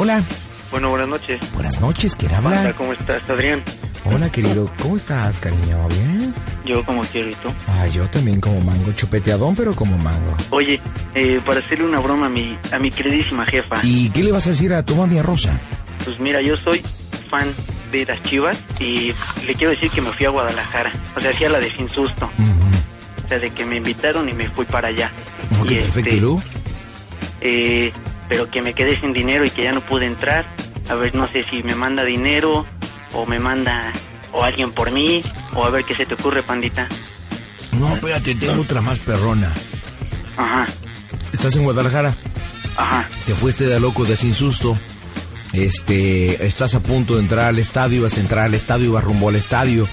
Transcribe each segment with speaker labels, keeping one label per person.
Speaker 1: Hola.
Speaker 2: Bueno, buenas noches.
Speaker 1: Buenas noches, ¿quién habla?
Speaker 2: ¿Cómo estás, Adrián?
Speaker 1: Hola, querido. ¿Cómo estás, cariño? ¿Bien?
Speaker 2: Yo como quiero y tú.
Speaker 1: Ah, yo también como mango. Chupeteadón, pero como mango.
Speaker 2: Oye, eh, para hacerle una broma a mi, a mi queridísima jefa.
Speaker 1: ¿Y qué le vas a decir a tu mami a Rosa?
Speaker 2: Pues mira, yo soy fan de las chivas y le quiero decir que me fui a Guadalajara. O sea, hacía la de sin susto.
Speaker 1: Ujú.
Speaker 2: O sea, de que me invitaron y me fui para allá.
Speaker 1: Ok,
Speaker 2: Y,
Speaker 1: perfecto.
Speaker 2: este,
Speaker 1: ¿Y luego?
Speaker 2: eh, pero que me quedé sin dinero y que ya no pude entrar. A ver, no sé si me manda dinero o me manda o alguien por mí o a ver qué se te ocurre, pandita.
Speaker 3: No, espérate, tengo otra más perrona.
Speaker 2: Ajá,
Speaker 3: Estás en Guadalajara,
Speaker 2: ajá.
Speaker 3: te fuiste de loco, de sin susto. Este, estás a punto de entrar al estadio, vas a entrar al estadio, vas rumbo al estadio.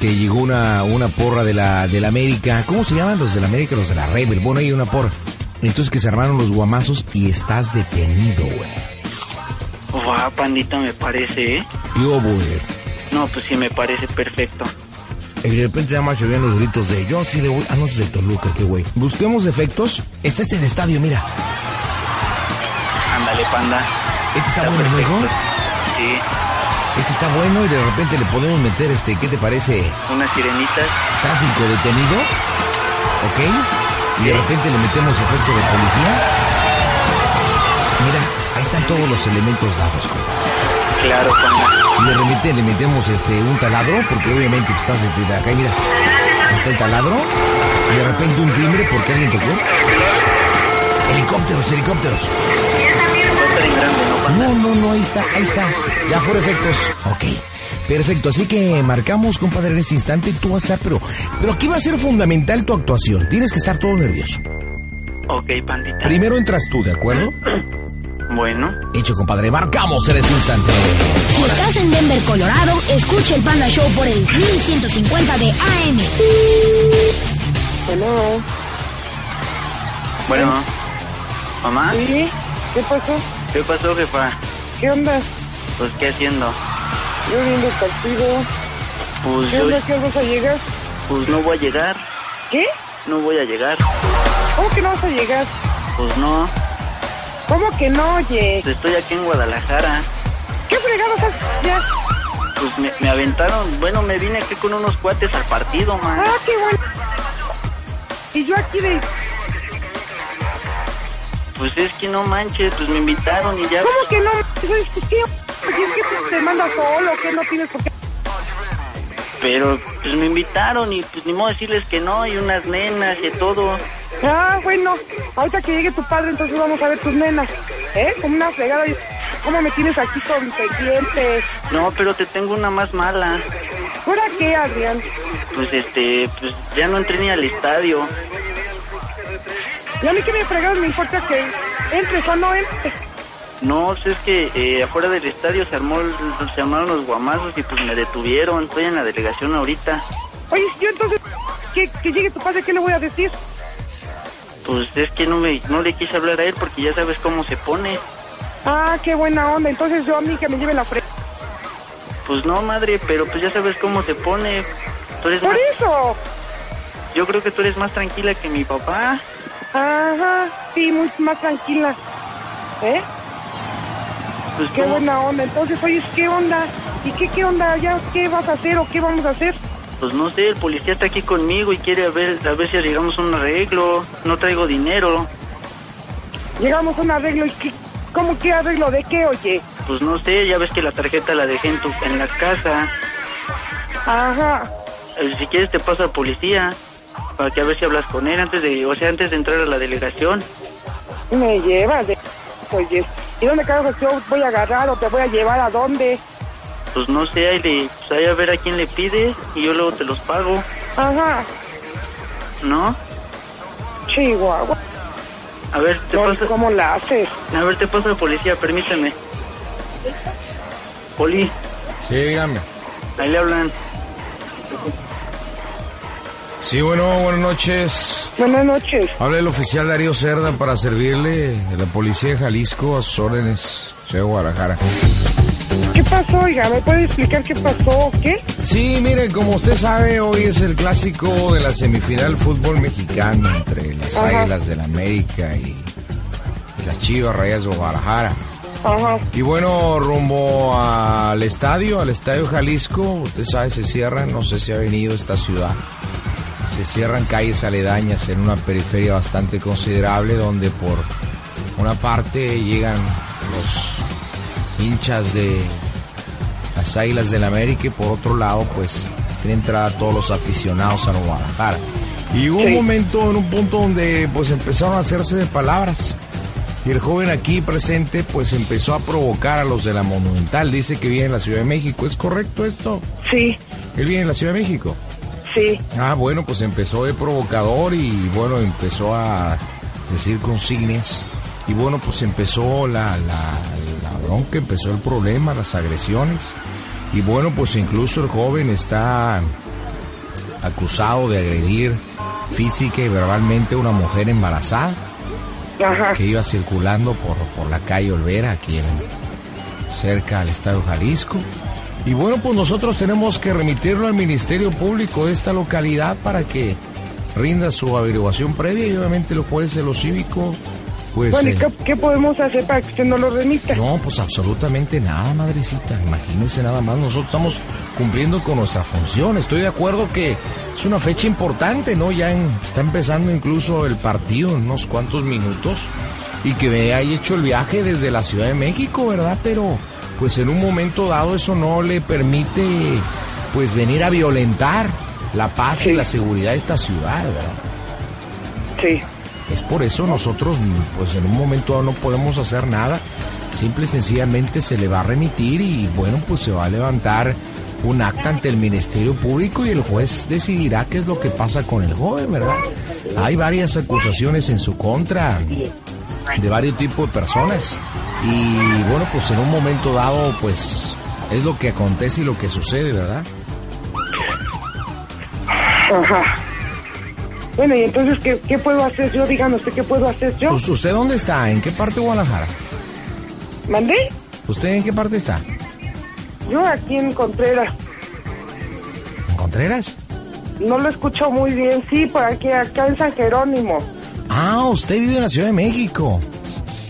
Speaker 3: Te llegó una, una porra de la, de la América. ¿Cómo se llaman los de la América? Los de la Rebel. Bueno, hay una porra. Entonces que se armaron los guamazos y estás detenido, güey.
Speaker 2: Guau, pandita, me parece, ¿eh?
Speaker 3: ¿Qué hubo, güey?
Speaker 2: No, pues sí, me parece perfecto.
Speaker 3: Y de repente nada más se oían los gritos de yo sí le voy. Ah, no, ese es el Toluca, qué güey. Busquemos defectos. Este es el estadio, mira.
Speaker 2: Ándale, panda.
Speaker 3: Este está bueno, ¿no, hijo?
Speaker 2: Sí,
Speaker 3: Este está bueno y de repente le podemos meter este, ¿qué te parece?
Speaker 2: unas sirenitas.
Speaker 3: Tráfico detenido. ¿Ok? Y de repente le metemos efecto de policía. Mira, ahí están todos los elementos dados, güey.
Speaker 2: Claro, panda.
Speaker 3: Y de repente le metemos este un taladro, porque obviamente pues, estás de acá, y mira. Está el taladro. Y de repente un timbre porque alguien tocó. Helicópteros, helicópteros.
Speaker 2: No tan grande, ¿no, panda?
Speaker 3: No, no, no, ahí está, ahí está. Ya fueron efectos. Ok. Perfecto, así que marcamos, compadre, en este instante tú vas a estar, pero, pero aquí va a ser fundamental tu actuación. Tienes que estar todo nervioso.
Speaker 2: Ok, pandita.
Speaker 3: Primero entras tú, ¿de acuerdo?
Speaker 2: Bueno,
Speaker 3: Hecho, compadre, marcamos en este instante.
Speaker 4: Si estás en Denver, Colorado, escucha el Panda Show por el 1150 de AM.
Speaker 5: Bueno,
Speaker 2: bueno. ¿Mamá?
Speaker 5: ¿sí? ¿Qué pasó?
Speaker 2: ¿Qué pasó, jefa?
Speaker 5: ¿Qué onda?
Speaker 2: Pues, ¿qué haciendo?
Speaker 5: Yo viendo el partido.
Speaker 2: Pues
Speaker 5: ¿Qué
Speaker 2: yo,
Speaker 5: onda? ¿Qué vas a llegar?
Speaker 2: pues no voy a llegar.
Speaker 5: ¿Qué?
Speaker 2: No voy a llegar.
Speaker 5: ¿Cómo que no vas a llegar?
Speaker 2: Pues no.
Speaker 5: ¿Cómo que no, oye?
Speaker 2: Pues estoy aquí en Guadalajara.
Speaker 5: ¿Qué fregados haces ya?
Speaker 2: Pues me, me aventaron. Bueno, me vine aquí con unos cuates al partido, man.
Speaker 5: Ah, qué bueno. Y yo aquí de...
Speaker 2: Pues es que no manches. Pues me invitaron y ya.
Speaker 5: ¿Cómo que no? ¿Qué? ¿Qué? ¿Y es que te- te manda solo? ¿Qué no tienes por qué?
Speaker 2: Pero pues me invitaron y pues ni modo decirles que no. Y unas nenas y todo.
Speaker 5: Ah, bueno. Ahorita que llegue tu padre, entonces vamos a ver tus nenas. ¿Eh? Como una fregada. ¿Cómo me tienes aquí con pendientes?
Speaker 2: No, pero te tengo una más mala.
Speaker 5: ¿Ahora qué, Adrián?
Speaker 2: Pues este, pues ya no entré ni al estadio.
Speaker 5: Y a mí que me fregados me importa que entres o no entres.
Speaker 2: No, pues es que eh, afuera del estadio se armó, el- se armaron los guamazos y pues me detuvieron. Estoy en la delegación ahorita.
Speaker 5: Oye, si yo entonces, que, que llegue tu padre, ¿qué le voy a decir?
Speaker 2: Pues es que no me, no le quise hablar a él porque ya sabes cómo se pone.
Speaker 5: Ah, qué buena onda. Entonces yo a mí que me lleve la frente.
Speaker 2: Pues no, madre, pero pues ya sabes cómo se pone. Tú eres
Speaker 5: ¡Por
Speaker 2: más-
Speaker 5: eso!
Speaker 2: yo creo que tú eres más tranquila que mi papá.
Speaker 5: Ajá, sí, muy más tranquila. ¿Eh?
Speaker 2: Pues
Speaker 5: Qué
Speaker 2: ¿cómo?
Speaker 5: buena onda. Entonces, oye, ¿qué onda? ¿Y qué, qué onda? ¿Ya qué vas a hacer o qué vamos a hacer?
Speaker 2: Pues no sé, el policía está aquí conmigo y quiere a ver, a ver si llegamos a un arreglo. No traigo dinero.
Speaker 5: Llegamos a un arreglo y qué, ¿cómo qué arreglo? ¿De qué, oye?
Speaker 2: Pues no sé, ya ves que la tarjeta la dejé en, tu, en la casa.
Speaker 5: Ajá.
Speaker 2: Eh, Si quieres te paso a policía para que a ver si hablas con él antes de, o sea, antes de entrar a la delegación.
Speaker 5: Me llevas de... Oye, ¿y dónde carajo yo voy a agarrar o te voy a llevar a dónde?
Speaker 2: Pues no sé, ahí, le, pues ahí a ver a quién le pides y yo luego te los pago,
Speaker 5: Ajá.
Speaker 2: ¿no?
Speaker 5: Chihuahua.
Speaker 2: A ver, te
Speaker 5: No,
Speaker 2: paso,
Speaker 5: ¿Cómo la haces?
Speaker 2: a ver, te paso a policía, permíteme. Poli,
Speaker 3: Sí, dígame.
Speaker 2: ahí le hablan.
Speaker 3: Sí, bueno, buenas noches.
Speaker 5: Buenas noches.
Speaker 3: Habla el oficial Darío Cerda para servirle de la policía de Jalisco a sus órdenes, Ciudad Guadalajara.
Speaker 5: ¿Qué pasó, oiga? ¿Me puede explicar qué pasó? ¿Qué?
Speaker 3: Sí, mire, como usted sabe, hoy es el clásico de la semifinal fútbol mexicano entre las
Speaker 5: Ajá.
Speaker 3: Águilas del América y, y las Chivas Rayas de Guadalajara.
Speaker 5: Ajá.
Speaker 3: Y bueno, rumbo al estadio, al estadio Jalisco, usted sabe, se cierran, no sé si ha venido esta ciudad, se cierran calles aledañas en una periferia bastante considerable donde por una parte llegan los hinchas de las Águilas del América y por otro lado pues tiene entrada todos los aficionados a Guadalajara. Y hubo un momento en un punto donde pues empezaron a hacerse de palabras. Y el joven aquí presente pues empezó a provocar a los de la Monumental. Dice que viene de la Ciudad de México. ¿Es correcto esto?
Speaker 5: Sí,
Speaker 3: Él viene de la Ciudad de México.
Speaker 5: sí.
Speaker 3: Ah, bueno, pues empezó de provocador y bueno, empezó a decir consignias. Y bueno, pues empezó la, la, la bronca, empezó el problema, las agresiones. Y bueno, pues incluso el joven está acusado de agredir física y verbalmente a una mujer embarazada
Speaker 5: Ajá.
Speaker 3: que iba circulando por, por la calle Olvera, aquí en- cerca al Estadio Jalisco. Y bueno, pues nosotros tenemos que remitirlo al Ministerio Público de esta localidad para que rinda su averiguación previa y obviamente los jueces de lo cívico, pues...
Speaker 5: Bueno, ¿y
Speaker 3: eh,
Speaker 5: qué, qué podemos hacer para que usted no lo remita?
Speaker 3: no, pues absolutamente nada, madrecita. Imagínense nada más, nosotros estamos cumpliendo con nuestra función. Estoy de acuerdo que es una fecha importante, ¿no? Ya en- está empezando incluso el partido en unos cuantos minutos y que me haya hecho el viaje desde la Ciudad de México, ¿verdad? Pero pues en un momento dado eso no le permite pues venir a violentar la paz y
Speaker 5: Sí.
Speaker 3: la seguridad de esta ciudad, ¿verdad?
Speaker 5: Sí.
Speaker 3: Es por eso nosotros, pues en un momento dado no podemos hacer nada. Simple y sencillamente se le va a remitir y bueno, pues se va a levantar un acta ante el Ministerio Público y el juez decidirá qué es lo que pasa con el joven, ¿verdad? Hay varias acusaciones en su contra de varios tipos de personas y bueno, pues en un momento dado, pues es lo que acontece y lo que sucede, ¿verdad?
Speaker 5: Ajá. Bueno, ¿y entonces qué, qué puedo hacer yo? Dígame usted, ¿qué puedo hacer yo?
Speaker 3: Pues, ¿Usted dónde está? ¿En qué parte de Guadalajara?
Speaker 5: ¿Mandé?
Speaker 3: ¿Usted en qué parte está?
Speaker 5: Yo aquí en Contreras.
Speaker 3: ¿En Contreras?
Speaker 5: No lo escucho muy bien. Sí, por aquí, acá en San Jerónimo.
Speaker 3: Ah, usted vive en la Ciudad de México.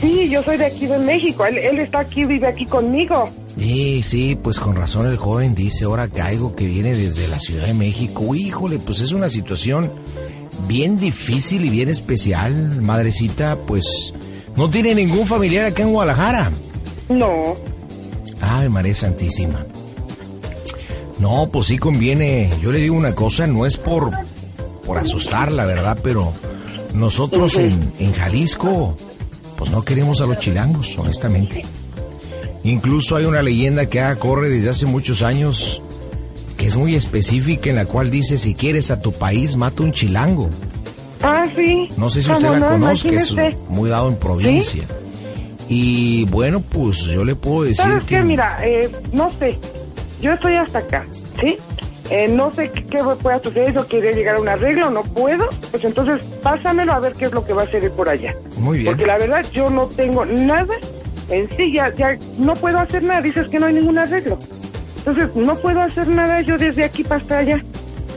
Speaker 5: Sí, yo soy de aquí de México. Él, él está aquí, vive aquí conmigo.
Speaker 3: Sí, sí, pues con razón el joven dice, ahora caigo que viene desde la Ciudad de México. Híjole, pues es una situación bien difícil y bien especial, madrecita, pues no tiene ningún familiar acá en Guadalajara.
Speaker 5: No.
Speaker 3: Ay, María Santísima. No, pues sí conviene. Yo le digo una cosa, no es por, por asustar, la verdad, pero nosotros en, en Jalisco, pues no queremos a los chilangos, honestamente. Incluso hay una leyenda que ah, corre desde hace muchos años, que es muy específica, en la cual dice, si quieres a tu país, mata un chilango.
Speaker 5: Ah, sí.
Speaker 3: No sé si
Speaker 5: ¿Cómo
Speaker 3: usted la
Speaker 5: no?
Speaker 3: conozca, es
Speaker 5: Imagínese.
Speaker 3: muy dado en provincia. Y bueno, pues yo le puedo decir
Speaker 5: ¿Sabes
Speaker 3: que...
Speaker 5: qué? Mira, eh, no sé. Yo estoy hasta acá, ¿sí? Eh, no sé qué, qué pueda suceder. Yo quería llegar a un arreglo, no puedo. Pues entonces, pásamelo a ver qué es lo que va a hacer por allá.
Speaker 3: Muy bien.
Speaker 5: Porque la verdad, yo no tengo nada en sí. Ya, ya no puedo hacer nada. Dices que no hay ningún arreglo. Entonces, no puedo hacer nada yo desde aquí para hasta allá.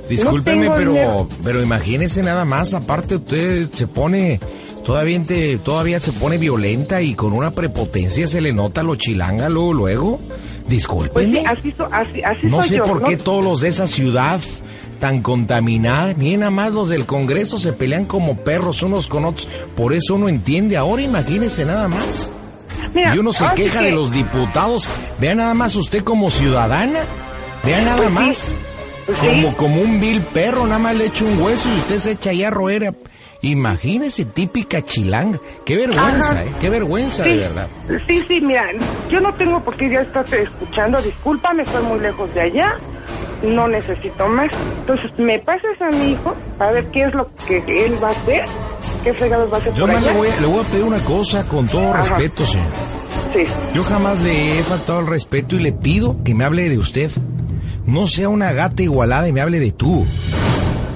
Speaker 3: Discúlpeme,
Speaker 5: No tengo
Speaker 3: pero,
Speaker 5: dinero.
Speaker 3: pero imagínese nada más, aparte usted se pone, todavía, te- todavía se pone violenta y con una prepotencia se le nota lo chilanga luego, luego.
Speaker 5: Pues sí,
Speaker 3: Discúlpeme.
Speaker 5: así, so- así, así
Speaker 3: no
Speaker 5: soy
Speaker 3: sé
Speaker 5: yo.
Speaker 3: por
Speaker 5: ¿no?
Speaker 3: qué todos los de esa ciudad tan contaminada, miren nada más los del Congreso se pelean como perros unos con otros, por eso uno entiende ahora, imagínese nada más.
Speaker 5: Mira,
Speaker 3: y uno se
Speaker 5: ahora sí
Speaker 3: queja
Speaker 5: que-
Speaker 3: de los diputados, vea nada más usted como ciudadana, vea nada
Speaker 5: Pues sí.
Speaker 3: más.
Speaker 5: Pues sí.
Speaker 3: Como, como un vil perro, nada más le echa un hueso y usted se echa ahí a roer. Imagínese, típica chilanga. Qué vergüenza,
Speaker 5: Ajá.
Speaker 3: ¿eh? Qué vergüenza, de verdad.
Speaker 5: Sí, sí, mira, yo no tengo por qué ya estarte escuchando, discúlpame, estoy muy lejos de allá, no necesito más. Entonces, me pasas a mi hijo a ver qué es lo que él va a hacer, qué fregados va a hacer
Speaker 3: Yo
Speaker 5: por
Speaker 3: más
Speaker 5: allá.
Speaker 3: le voy, a- le voy a pedir una cosa con todo
Speaker 5: Ajá.
Speaker 3: respeto, señor.
Speaker 5: Sí,
Speaker 3: Yo jamás le he faltado el respeto y le pido que me hable de usted. No sea una gata igualada y me hable de tú.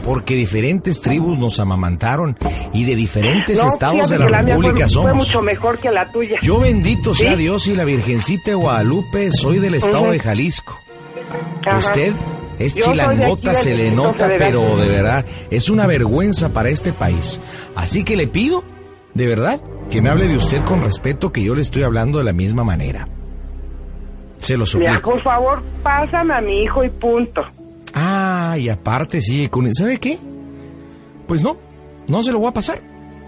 Speaker 3: Porque diferentes tribus nos amamantaron y de diferentes
Speaker 5: No,
Speaker 3: estados
Speaker 5: fíjate
Speaker 3: de la,
Speaker 5: que mía
Speaker 3: República
Speaker 5: fue, fue
Speaker 3: somos.
Speaker 5: mucho mejor que la tuya.
Speaker 3: Yo bendito sea
Speaker 5: ¿Sí?
Speaker 3: Dios y la Virgencita de Guadalupe, soy del estado
Speaker 5: Ujú.
Speaker 3: de Jalisco.
Speaker 5: Ajá.
Speaker 3: Usted es
Speaker 5: Yo soy de aquí,
Speaker 3: chilangota,
Speaker 5: de
Speaker 3: se le
Speaker 5: Distrito
Speaker 3: nota,
Speaker 5: Federal.
Speaker 3: pero de verdad es una vergüenza para este país. Así que le pido, de verdad, que me hable de usted con respeto, que yo le estoy hablando de la misma manera. Se lo
Speaker 5: Mira,
Speaker 3: suplico.
Speaker 5: por favor, pásame a mi hijo y punto.
Speaker 3: Ah, y aparte sigue con... ¿Sabe qué? Pues no, no se lo voy a pasar.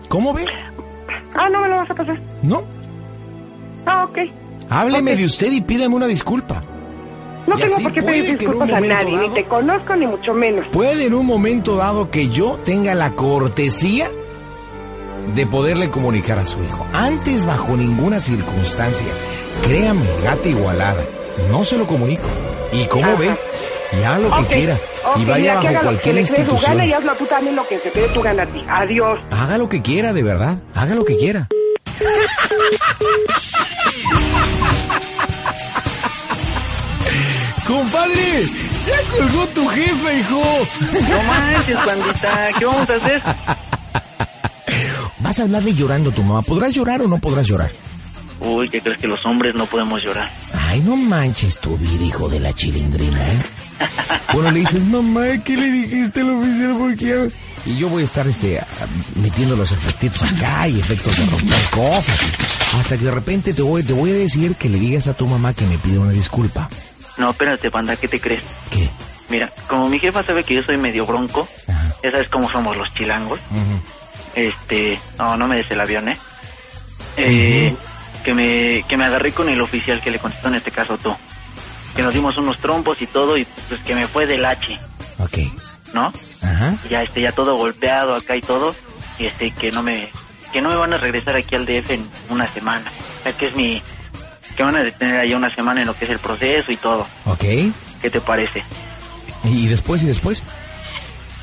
Speaker 3: ¿Cómo ve?
Speaker 5: Ah, no me lo vas a pasar.
Speaker 3: No.
Speaker 5: Ah, ok.
Speaker 3: Hábleme de usted y pídame una disculpa.
Speaker 5: No
Speaker 3: Y
Speaker 5: tengo
Speaker 3: así
Speaker 5: por qué
Speaker 3: puede
Speaker 5: pedir
Speaker 3: que en un
Speaker 5: disculpas a
Speaker 3: momento
Speaker 5: nadie,
Speaker 3: dado-
Speaker 5: ni te conozco ni mucho menos.
Speaker 3: ¿Puede en un momento dado que yo tenga la cortesía de poderle comunicar a su hijo? Antes, bajo ninguna circunstancia, créame, gata igualada, no se lo comunico. ¿Y cómo
Speaker 5: Ajá.
Speaker 3: ve? Ya lo
Speaker 5: Ok,
Speaker 3: que quiera. y
Speaker 5: ok,
Speaker 3: vaya
Speaker 5: ya que
Speaker 3: bajo
Speaker 5: haga lo que
Speaker 3: cualquier
Speaker 5: le dé tu
Speaker 3: institución.
Speaker 5: gana y hazlo tú también lo que se te dé tu gana a ti. Adiós.
Speaker 3: Haga lo que quiera, de verdad. Haga lo que quiera. ¡Compadre! ¡Ya colgó tu jefe, hijo!
Speaker 2: No manches, bandita, ¿qué vamos a hacer?
Speaker 3: Vas a hablarle llorando a tu mamá. ¿Podrás llorar o no podrás llorar?
Speaker 2: Uy, ¿qué crees que los hombres no podemos llorar?
Speaker 3: Ay, no manches tu vida, hijo de la chilindrina, ¿eh? Bueno, le dices, mamá, ¿qué le dijiste al oficial? ¿Por qué? Y yo voy a estar este, a- metiendo los efectitos acá y efectos de romper cosas. Hasta que de repente te voy, te voy a decir que le digas a tu mamá que me pide una disculpa.
Speaker 2: No, espérate, banda, ¿qué te crees?
Speaker 3: ¿Qué?
Speaker 2: Mira, como mi jefa sabe que yo soy medio bronco,
Speaker 3: Ajá.
Speaker 2: ya sabes cómo somos los chilangos. Este, no, no me des el avión, ¿eh? Eh, que, me, que me agarré con el oficial que le contestó en este caso tú. Que nos dimos unos trompos y todo y pues que me fue del H,
Speaker 3: Ok.
Speaker 2: ¿no?
Speaker 3: Ajá.
Speaker 2: Y Ya, este, ya todo golpeado acá y todo. Y este, que no me, que no me van a regresar aquí al DF en una semana. O sea, que es mi, que van a detener ahí una semana en lo que es el proceso y todo.
Speaker 3: Ok.
Speaker 2: ¿Qué te parece?
Speaker 3: ¿Y después y después?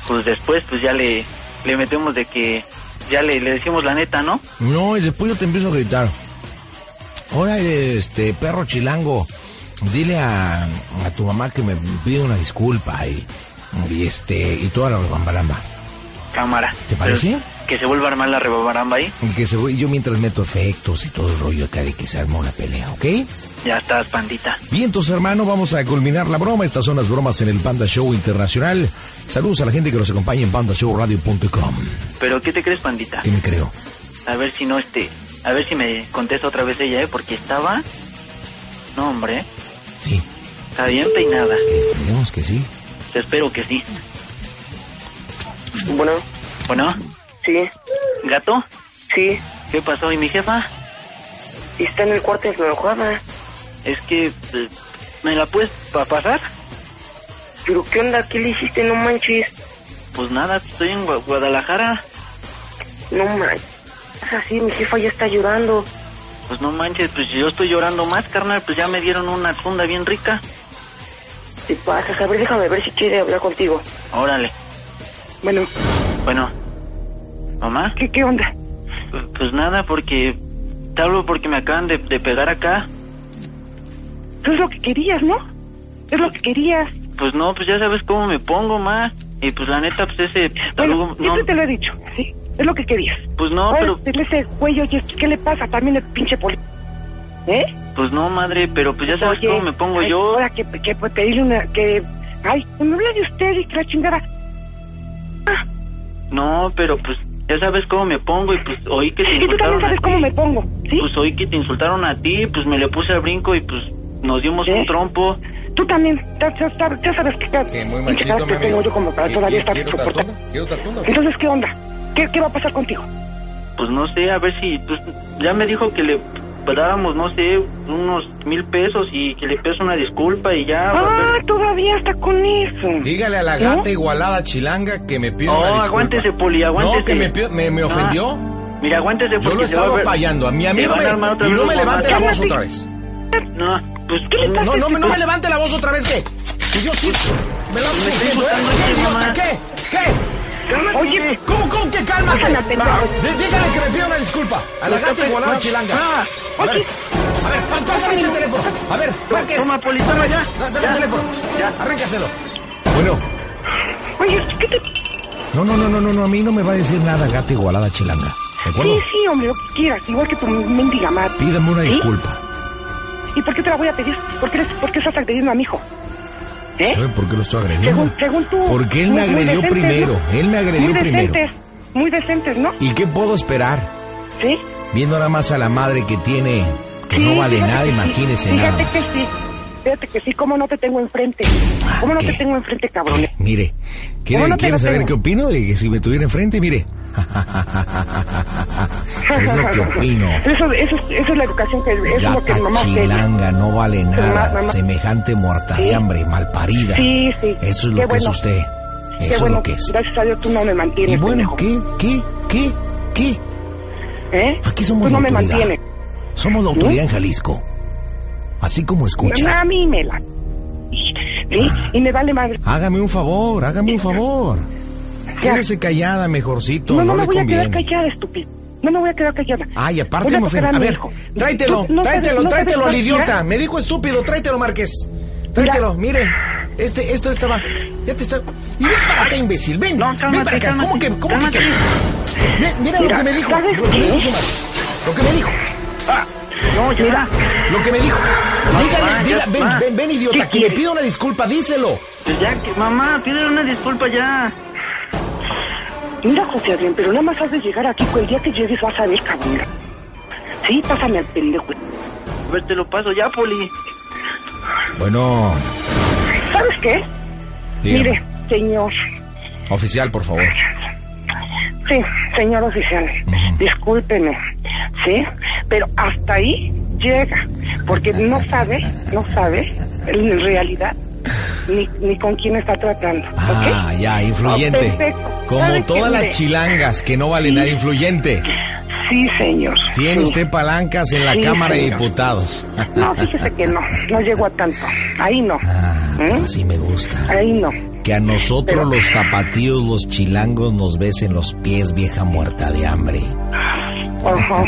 Speaker 2: pues después pues ya le, le metemos de que ya le, le decimos la neta, ¿no?
Speaker 3: No, y después yo te empiezo a gritar. Ahora, este perro chilango, dile a, a tu mamá que me pide una disculpa y, y este y toda la bambalamba.
Speaker 2: Cámara.
Speaker 3: ¿Te parece?
Speaker 2: Pero que se vuelva a armar la rebabaramba ahí.
Speaker 3: Y que se voy- yo mientras meto efectos y todo el rollo acá de que se arma una pelea, ¿ok?
Speaker 2: Ya estás, pandita.
Speaker 3: Bien, entonces, hermano, vamos a culminar la broma. Estas son las bromas en el Panda Show Internacional. Saludos a la gente que nos acompaña en pandashowradio.com.
Speaker 2: Pero ¿qué te crees, pandita?
Speaker 3: ¿Qué me creo?
Speaker 2: A ver si no este, a ver si me contesta otra vez ella, ¿eh? Porque estaba... No, hombre, ¿eh?
Speaker 3: Sí,
Speaker 2: está bien peinada.
Speaker 3: esperemos que sí.
Speaker 2: Te espero que sí.
Speaker 5: Bueno,
Speaker 2: Bueno,
Speaker 5: sí,
Speaker 2: gato,
Speaker 5: sí.
Speaker 2: ¿qué pasó? ¿Y mi jefa?
Speaker 5: Está en el cuarto enojada.
Speaker 2: Es que... eh, ¿Me la puedes pa pasar?
Speaker 5: Pero ¿qué onda? ¿Qué le hiciste? No manches.
Speaker 2: Pues nada, estoy en Gua- Guadalajara.
Speaker 5: No manches. Es así, mi jefa ya está llorando.
Speaker 2: Pues no manches, pues yo estoy llorando más, carnal. Pues ya me dieron una funda bien rica.
Speaker 5: Te pasas. A ver, déjame ver si quiere hablar contigo.
Speaker 2: Órale.
Speaker 5: Bueno,
Speaker 2: Bueno, mamá,
Speaker 5: ¿qué, qué onda?
Speaker 2: pues nada, porque te hablo porque me acaban de, de pegar acá.
Speaker 5: Eso es lo que querías, ¿no? Es lo que querías.
Speaker 2: Pues no, pues ya sabes cómo me pongo, ma. Y pues la neta, pues ese.
Speaker 5: Bueno,
Speaker 2: tarugo- no,
Speaker 5: siempre te lo he dicho, ¿sí? Es lo que querías.
Speaker 2: pues no,
Speaker 5: Ahora,
Speaker 2: pero.
Speaker 5: ese cuello, oye, ¿qué le pasa? También el pinche poli... ¿Eh?
Speaker 2: Pues no, madre, pero pues ya sabes
Speaker 5: Oye,
Speaker 2: cómo me pongo
Speaker 5: ay,
Speaker 2: yo.
Speaker 5: Ahora que, que pues, pedirle una... que... Ay, que me hable de usted y que la chingada...
Speaker 2: No, pero pues ya sabes cómo me pongo. Y pues oí que te
Speaker 5: Y tú también
Speaker 2: insultaron a
Speaker 5: sabes
Speaker 2: ti.
Speaker 5: cómo me pongo, ¿sí?
Speaker 2: Pues oí que te insultaron a ti, pues me le puse al brinco y pues nos dimos
Speaker 5: ¿Eh?
Speaker 2: un trompo.
Speaker 5: Tú también, ya, ya sabes, ya sabes que está... pinche carácter tengo yo como para todavía estar soportando.
Speaker 3: ¿Quiero tatuda?
Speaker 5: Entonces, ¿qué onda? ¿Qué, ¿Qué va a pasar contigo?
Speaker 2: Pues no sé, a ver si. Pues, ya me dijo que le dábamos, no sé, unos mil pesos y que le pidas una disculpa y ya.
Speaker 5: Ah,
Speaker 2: volver.
Speaker 5: todavía está con eso.
Speaker 3: Dígale a la
Speaker 5: ¿No?
Speaker 3: gata igualada chilanga que me pida
Speaker 2: No,
Speaker 3: una disculpa.
Speaker 2: aguántese, Poli, aguántese.
Speaker 3: No, que me, pida- me, me
Speaker 2: No.
Speaker 3: ofendió.
Speaker 2: Mira, aguántese porque
Speaker 3: Yo lo he
Speaker 2: se va
Speaker 3: estado
Speaker 2: a ver-
Speaker 3: payando. A mí, a mí
Speaker 2: Te
Speaker 3: no
Speaker 2: van
Speaker 3: me,
Speaker 2: a armar otra
Speaker 3: y no
Speaker 2: vez
Speaker 3: me
Speaker 2: los
Speaker 3: levante la
Speaker 2: mamás.
Speaker 3: voz otra vez.
Speaker 2: No, pues ¿qué le
Speaker 3: No, no, me- no me levante la voz otra vez, ¿qué? Que yo sí. Me la
Speaker 2: Me estoy
Speaker 3: ¿eh?
Speaker 2: insultando,
Speaker 3: ¿Qué, idiota?
Speaker 2: mamá.
Speaker 3: ¿Qué? ¿Qué?
Speaker 5: Oye,
Speaker 3: ¿Cómo, cómo que cálmate?
Speaker 5: Bájala, pendejo.
Speaker 3: Dí- Dígale que me pida una disculpa. A la
Speaker 2: Pues,
Speaker 3: gata
Speaker 2: no,
Speaker 3: igualada
Speaker 2: no.
Speaker 3: chilanga.
Speaker 2: Ah,
Speaker 3: A ver, a ver, pá- pásame ese teléfono. A ver, Márquez.
Speaker 2: Toma, Poli, toma ya.
Speaker 3: Da- Dame
Speaker 2: Ya.
Speaker 3: el teléfono.
Speaker 2: Ya.
Speaker 3: Arráncaselo. Bueno.
Speaker 5: oye, ¿qué te...
Speaker 3: No, no, no, no, no, no, a mí no me va a decir nada gata igualada chilanga. ¿De acuerdo?
Speaker 5: Sí, sí, hombre, lo que quieras, igual que tu mendiga madre.
Speaker 3: Pídame una
Speaker 5: ¿Sí?
Speaker 3: disculpa.
Speaker 5: ¿Y por qué te la voy a pedir? ¿Por qué, eres- por qué estás agrediendo a mi hijo? ¿Eh?
Speaker 3: ¿Sabe por qué lo estoy agrediendo?
Speaker 5: Según, según tú...
Speaker 3: Porque él me
Speaker 5: muy- muy
Speaker 3: agredió
Speaker 5: decentes,
Speaker 3: primero.
Speaker 5: ¿no?
Speaker 3: Él me agredió
Speaker 5: Muy
Speaker 3: primero.
Speaker 5: decentes, muy decentes, ¿no?
Speaker 3: ¿Y qué puedo esperar?
Speaker 5: ¿Sí?
Speaker 3: Viendo nada más a la madre que tiene, que
Speaker 5: Sí,
Speaker 3: no vale
Speaker 5: fíjate
Speaker 3: nada,
Speaker 5: que sí,
Speaker 3: imagínese
Speaker 5: fíjate
Speaker 3: nada más. Ah,
Speaker 5: que sí. Fíjate que sí, ¿cómo no te tengo enfrente? ¿Cómo no
Speaker 3: ¿qué?
Speaker 5: te tengo enfrente, cabrón?
Speaker 3: Mire, ¿quiere,
Speaker 5: ¿Cómo no te
Speaker 3: quiere
Speaker 5: lo
Speaker 3: saber
Speaker 5: tengo?
Speaker 3: qué opino? De que si me tuviera enfrente, mire. es lo que opino.
Speaker 5: Eso, eso, es- eso es la educación que... Eso es lo que
Speaker 3: Gata
Speaker 5: mamá te-
Speaker 3: chilanga, no vale nada.
Speaker 5: mamá.
Speaker 3: Semejante muerta de
Speaker 5: Sí.
Speaker 3: hambre, malparida.
Speaker 5: Sí, sí.
Speaker 3: Eso es lo
Speaker 5: Qué
Speaker 3: que es
Speaker 5: bueno.
Speaker 3: usted.
Speaker 5: Qué
Speaker 3: Eso es
Speaker 5: bueno,
Speaker 3: lo que es.
Speaker 5: Gracias a Dios tú no me mantienes.
Speaker 3: Y bueno,
Speaker 5: pendejo.
Speaker 3: ¿qué? ¿Qué? ¿Qué? ¿Qué?
Speaker 5: ¿Eh?
Speaker 3: Aquí somos
Speaker 5: tú no
Speaker 3: la
Speaker 5: me
Speaker 3: autoridad.
Speaker 5: mantienes.
Speaker 3: Somos la autoridad en Jalisco. Así como escucha.
Speaker 5: A mí me la... ¿Sí?
Speaker 3: Ah.
Speaker 5: Y me vale madre.
Speaker 3: Hágame un favor, hágame un favor.
Speaker 5: Ya.
Speaker 3: Quédese callada, mejorcito.
Speaker 5: no,
Speaker 3: No,
Speaker 5: no, me
Speaker 3: le
Speaker 5: voy a quedar
Speaker 3: conviene.
Speaker 5: callada, estúpido. No me voy a quedar callada.
Speaker 3: Ay,
Speaker 5: Voy
Speaker 3: aparte,
Speaker 5: a
Speaker 3: me
Speaker 5: tocar
Speaker 3: ofende. A
Speaker 5: mi
Speaker 3: ver,
Speaker 5: hijo.
Speaker 3: tráetelo,
Speaker 5: Tú no sabes-
Speaker 3: tráetelo,
Speaker 5: no sabes
Speaker 3: tráetelo al
Speaker 5: cuánto-
Speaker 3: idiota. Me dijo estúpido, tráetelo, Márquez. Tráetelo, mire. Este, esto estaba. Ya te está. Y ven para acá, imbécil. Ven.
Speaker 2: No,
Speaker 3: ven
Speaker 2: cálmate,
Speaker 3: para acá.
Speaker 2: cálmate,
Speaker 3: ¿Cómo que? ¿Cómo
Speaker 2: cálmate.
Speaker 3: que? Mira, mira lo
Speaker 5: Mira,
Speaker 3: que me dijo.
Speaker 5: ¿sabes
Speaker 3: Lo que me
Speaker 5: qué?
Speaker 3: dijo, Márquez. Lo que me dijo.
Speaker 2: Ah, no, ya.
Speaker 5: Mira,
Speaker 3: Lo que me dijo.
Speaker 2: va,
Speaker 3: Dígale, diga,
Speaker 2: ya va.
Speaker 3: ven, ven, ven, idiota,
Speaker 2: ¿Qué
Speaker 3: que le
Speaker 2: quiere?
Speaker 3: pido una disculpa, díselo.
Speaker 2: Pues ya, que, mamá, pídele una disculpa ya.
Speaker 5: mira, José Adrián, pero nada más has de llegar aquí. pues, El día que llegues vas a ver, cabrón. Sí, pásame al pendejo.
Speaker 2: A ver, te lo paso ya, Poli.
Speaker 3: Bueno,
Speaker 5: ¿Sabes qué? Mire, señor.
Speaker 3: oficial, por favor.
Speaker 5: Sí, señor oficial, discúlpeme, ¿sí? Pero hasta ahí llega, porque no sabe, no sabe en realidad ni, ni con quién está tratando, ¿ok?
Speaker 3: Ah, ya, influyente.
Speaker 5: Ah, perfecto.
Speaker 3: Como
Speaker 5: ¿Sabe
Speaker 3: todas
Speaker 5: qué?
Speaker 3: las
Speaker 5: Mire,
Speaker 3: chilangas que no vale nada influyente.
Speaker 5: Sí, señor.
Speaker 3: Tiene
Speaker 5: sí.
Speaker 3: usted palancas en la
Speaker 5: Sí,
Speaker 3: Cámara de
Speaker 5: señor.
Speaker 3: Diputados.
Speaker 5: No, fíjese que no, no llegó a tanto. Ahí no. ¿Mm?
Speaker 3: Así me gusta.
Speaker 5: Ahí no.
Speaker 3: Que a nosotros
Speaker 5: Pero-
Speaker 3: los tapatíos, los chilangos, nos besen los pies, vieja muerta de hambre.
Speaker 5: Ojo.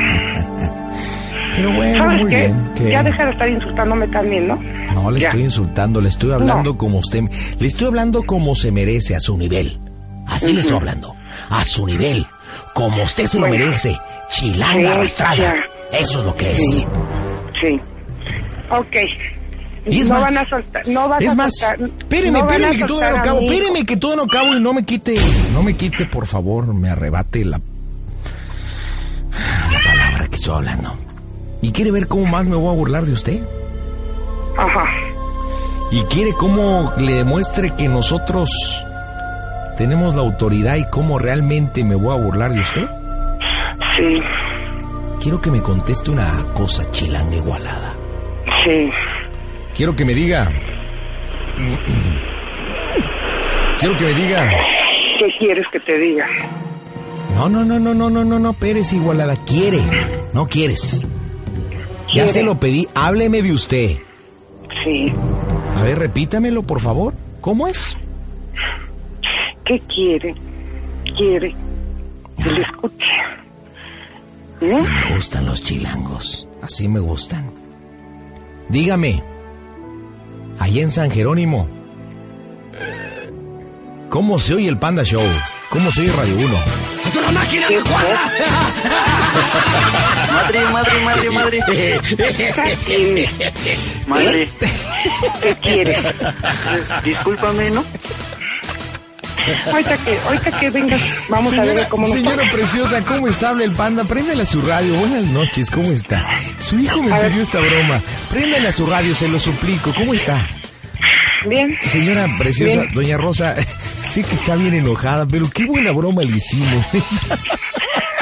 Speaker 3: Pero bueno,
Speaker 5: ¿Sabes
Speaker 3: muy
Speaker 5: qué?
Speaker 3: bien. que-
Speaker 5: Ya deja de estar insultándome también, ¿no?
Speaker 3: No le
Speaker 5: Ya.
Speaker 3: estoy insultando, le estoy hablando como usted, le estoy hablando como se merece, a su nivel. Así le estoy hablando, a su nivel, como usted se lo
Speaker 5: Bueno.
Speaker 3: merece, chilanga
Speaker 5: Sí,
Speaker 3: arrastrada. Eso es lo que es.
Speaker 5: Sí. Sí. Ok.
Speaker 3: Y es
Speaker 5: no
Speaker 3: más,
Speaker 5: van a soltar, no vas
Speaker 3: es
Speaker 5: a
Speaker 3: más,
Speaker 5: soltar-
Speaker 3: espéreme,
Speaker 5: no van a
Speaker 3: espéreme que todo
Speaker 5: soltar
Speaker 3: no
Speaker 5: a
Speaker 3: acabo,
Speaker 5: mi hijo.
Speaker 3: espéreme que todo no acabo y no me quite, no me quite, por favor, me arrebate la, la palabra que estoy hablando. ¿Y quiere ver cómo más me voy a burlar de usted?
Speaker 5: Ajá.
Speaker 3: y quiere cómo le demuestre que nosotros tenemos la autoridad y cómo realmente me voy a burlar de usted,
Speaker 5: Sí,
Speaker 3: quiero que me conteste una cosa chilanga igualada.
Speaker 5: sí.
Speaker 3: Quiero que me diga. Quiero que me diga.
Speaker 5: ¿Qué quieres que te diga?
Speaker 3: No, no, no, no, no, no, no, no, Pérez Igualada. Quiere. No quieres. Ya
Speaker 5: Quiere.
Speaker 3: se lo pedí. Hábleme de usted.
Speaker 5: Sí.
Speaker 3: A ver, repítamelo, por favor. ¿Cómo es?
Speaker 5: ¿Qué quiere? Quiere que le escuche.
Speaker 3: Así
Speaker 5: ¿Eh?
Speaker 3: me gustan los chilangos. Así me gustan. Dígame, allá en San Jerónimo, ¿cómo se oye el Panda Show? ¿Cómo se oye Radio 1?
Speaker 5: ¿Qué cosa
Speaker 3: Ah.
Speaker 2: Madre, madre, madre, madre.
Speaker 3: Eh,
Speaker 5: tiene?
Speaker 2: Madre,
Speaker 5: ¿Qué quiere?
Speaker 2: discúlpame, ¿no?
Speaker 5: Ahorita que, ahorita que vengas, vamos a ver cómo nos
Speaker 3: señora
Speaker 5: va.
Speaker 3: preciosa, ¿cómo está? Habla el Panda. Préndale a su radio. Buenas noches, ¿cómo está? Su hijo me
Speaker 5: A ver.
Speaker 3: pidió esta broma. Préndale a su radio, se lo suplico. ¿Cómo está?
Speaker 5: Bien.
Speaker 3: Señora preciosa,
Speaker 5: Bien.
Speaker 3: doña Rosa, sé que está bien enojada, pero qué buena broma le hicimos.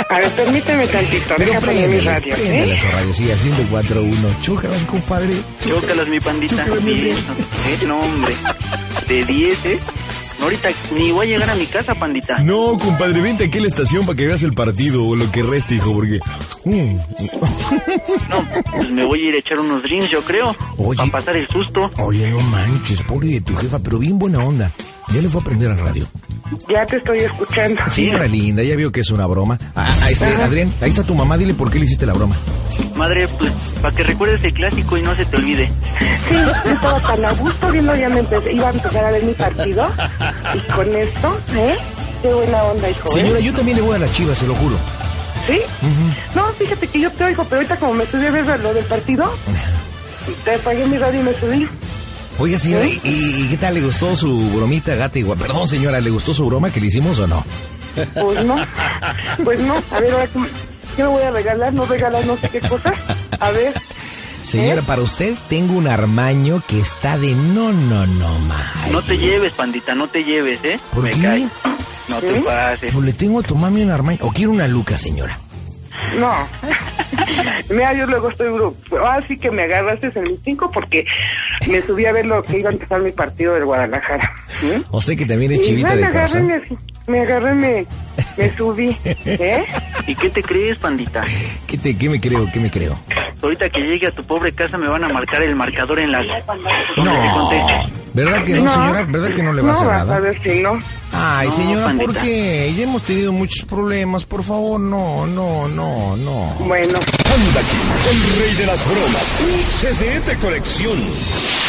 Speaker 5: A ver, permíteme tantito.
Speaker 3: Pero
Speaker 5: Deja poner mi radio,
Speaker 3: préndele
Speaker 5: ¿eh?
Speaker 3: su radio, sí, haciendo 4-1. Chócalas, compadre.
Speaker 2: Chócalas, mi pandita.
Speaker 3: Chócalas, mi
Speaker 2: Bien, ¿eh? No, hombre. De 10, ¿eh? No, ahorita ni voy a llegar a mi casa, pandita.
Speaker 3: No, compadre, vente aquí a la estación para que veas el partido o lo que resta, hijo, porque... Mm.
Speaker 2: No, pues me voy a ir a echar unos drinks, yo creo.
Speaker 3: Oye.
Speaker 2: Para pasar el susto.
Speaker 3: Oye, no manches, pobre de tu jefa, pero bien buena onda. Ya le fue a aprender a la radio.
Speaker 5: Ya te estoy escuchando.
Speaker 3: Señora linda, ya vio que es una broma. Ah, ah, este, Adrián, ahí está tu mamá, dile por qué le hiciste la broma.
Speaker 2: Madre, pues, para que recuerdes el clásico y no se te olvide.
Speaker 5: Sí, yo estaba tan a gusto viendo, ya me empecé, iba a empezar a ver mi partido. Y con esto, ¿eh? Qué buena onda, hijo. ¿eh?
Speaker 3: Señora, yo también le voy a la chiva, se lo juro.
Speaker 5: ¿Sí? No, fíjate que yo te oigo, pero ahorita como me subí a ver lo del partido, te apagué mi radio y me subí.
Speaker 3: Oiga, señora, ¿y, y- y qué tal? ¿Le gustó su bromita, gata y guapa? Perdón, señora, ¿le gustó su broma que le hicimos o no?
Speaker 5: Pues no, pues no. A ver, ahora, ¿cómo- ¿Qué me voy a regalar? No regalar no sé qué cosa. A ver.
Speaker 3: Señora, para usted tengo un armaño que está de no, no, no, ma.
Speaker 2: No te lleves, pandita, no te lleves, ¿eh?
Speaker 3: ¿Por
Speaker 2: Me
Speaker 3: qué?
Speaker 2: cae. No te
Speaker 5: ¿Eh?
Speaker 2: pases.
Speaker 3: Pues le tengo a tu mami un armaño. O quiero una luca, señora.
Speaker 5: No. Mira, yo luego estoy duro. Así que me agarraste en el 5 porque me subí a ver lo que iba a empezar mi partido del Guadalajara. ¿Mm?
Speaker 3: O sé que también es
Speaker 5: Y
Speaker 3: chivita
Speaker 5: ya me
Speaker 3: de
Speaker 5: agarré,
Speaker 3: corazón.
Speaker 5: me, me agarré, me, me subí. ¿Eh?
Speaker 2: ¿Y qué te crees, pandita?
Speaker 3: ¿Qué, te- qué me creo? ¿Qué me creo?
Speaker 2: Ahorita que llegue a tu pobre casa me van a marcar el marcador en las... donde te
Speaker 3: No.
Speaker 2: conteste.
Speaker 3: ¿Verdad que no, señora? ¿Verdad que no le va a hacer
Speaker 5: vas a
Speaker 3: nada?
Speaker 5: ver si no.
Speaker 3: Ay,
Speaker 2: No,
Speaker 3: señora, ¿por
Speaker 2: pandita.
Speaker 3: qué? Ya hemos tenido muchos problemas. Por favor, no, no, no, no.
Speaker 5: Bueno.
Speaker 6: Anda aquí, el rey de las bromas, un CD de colección.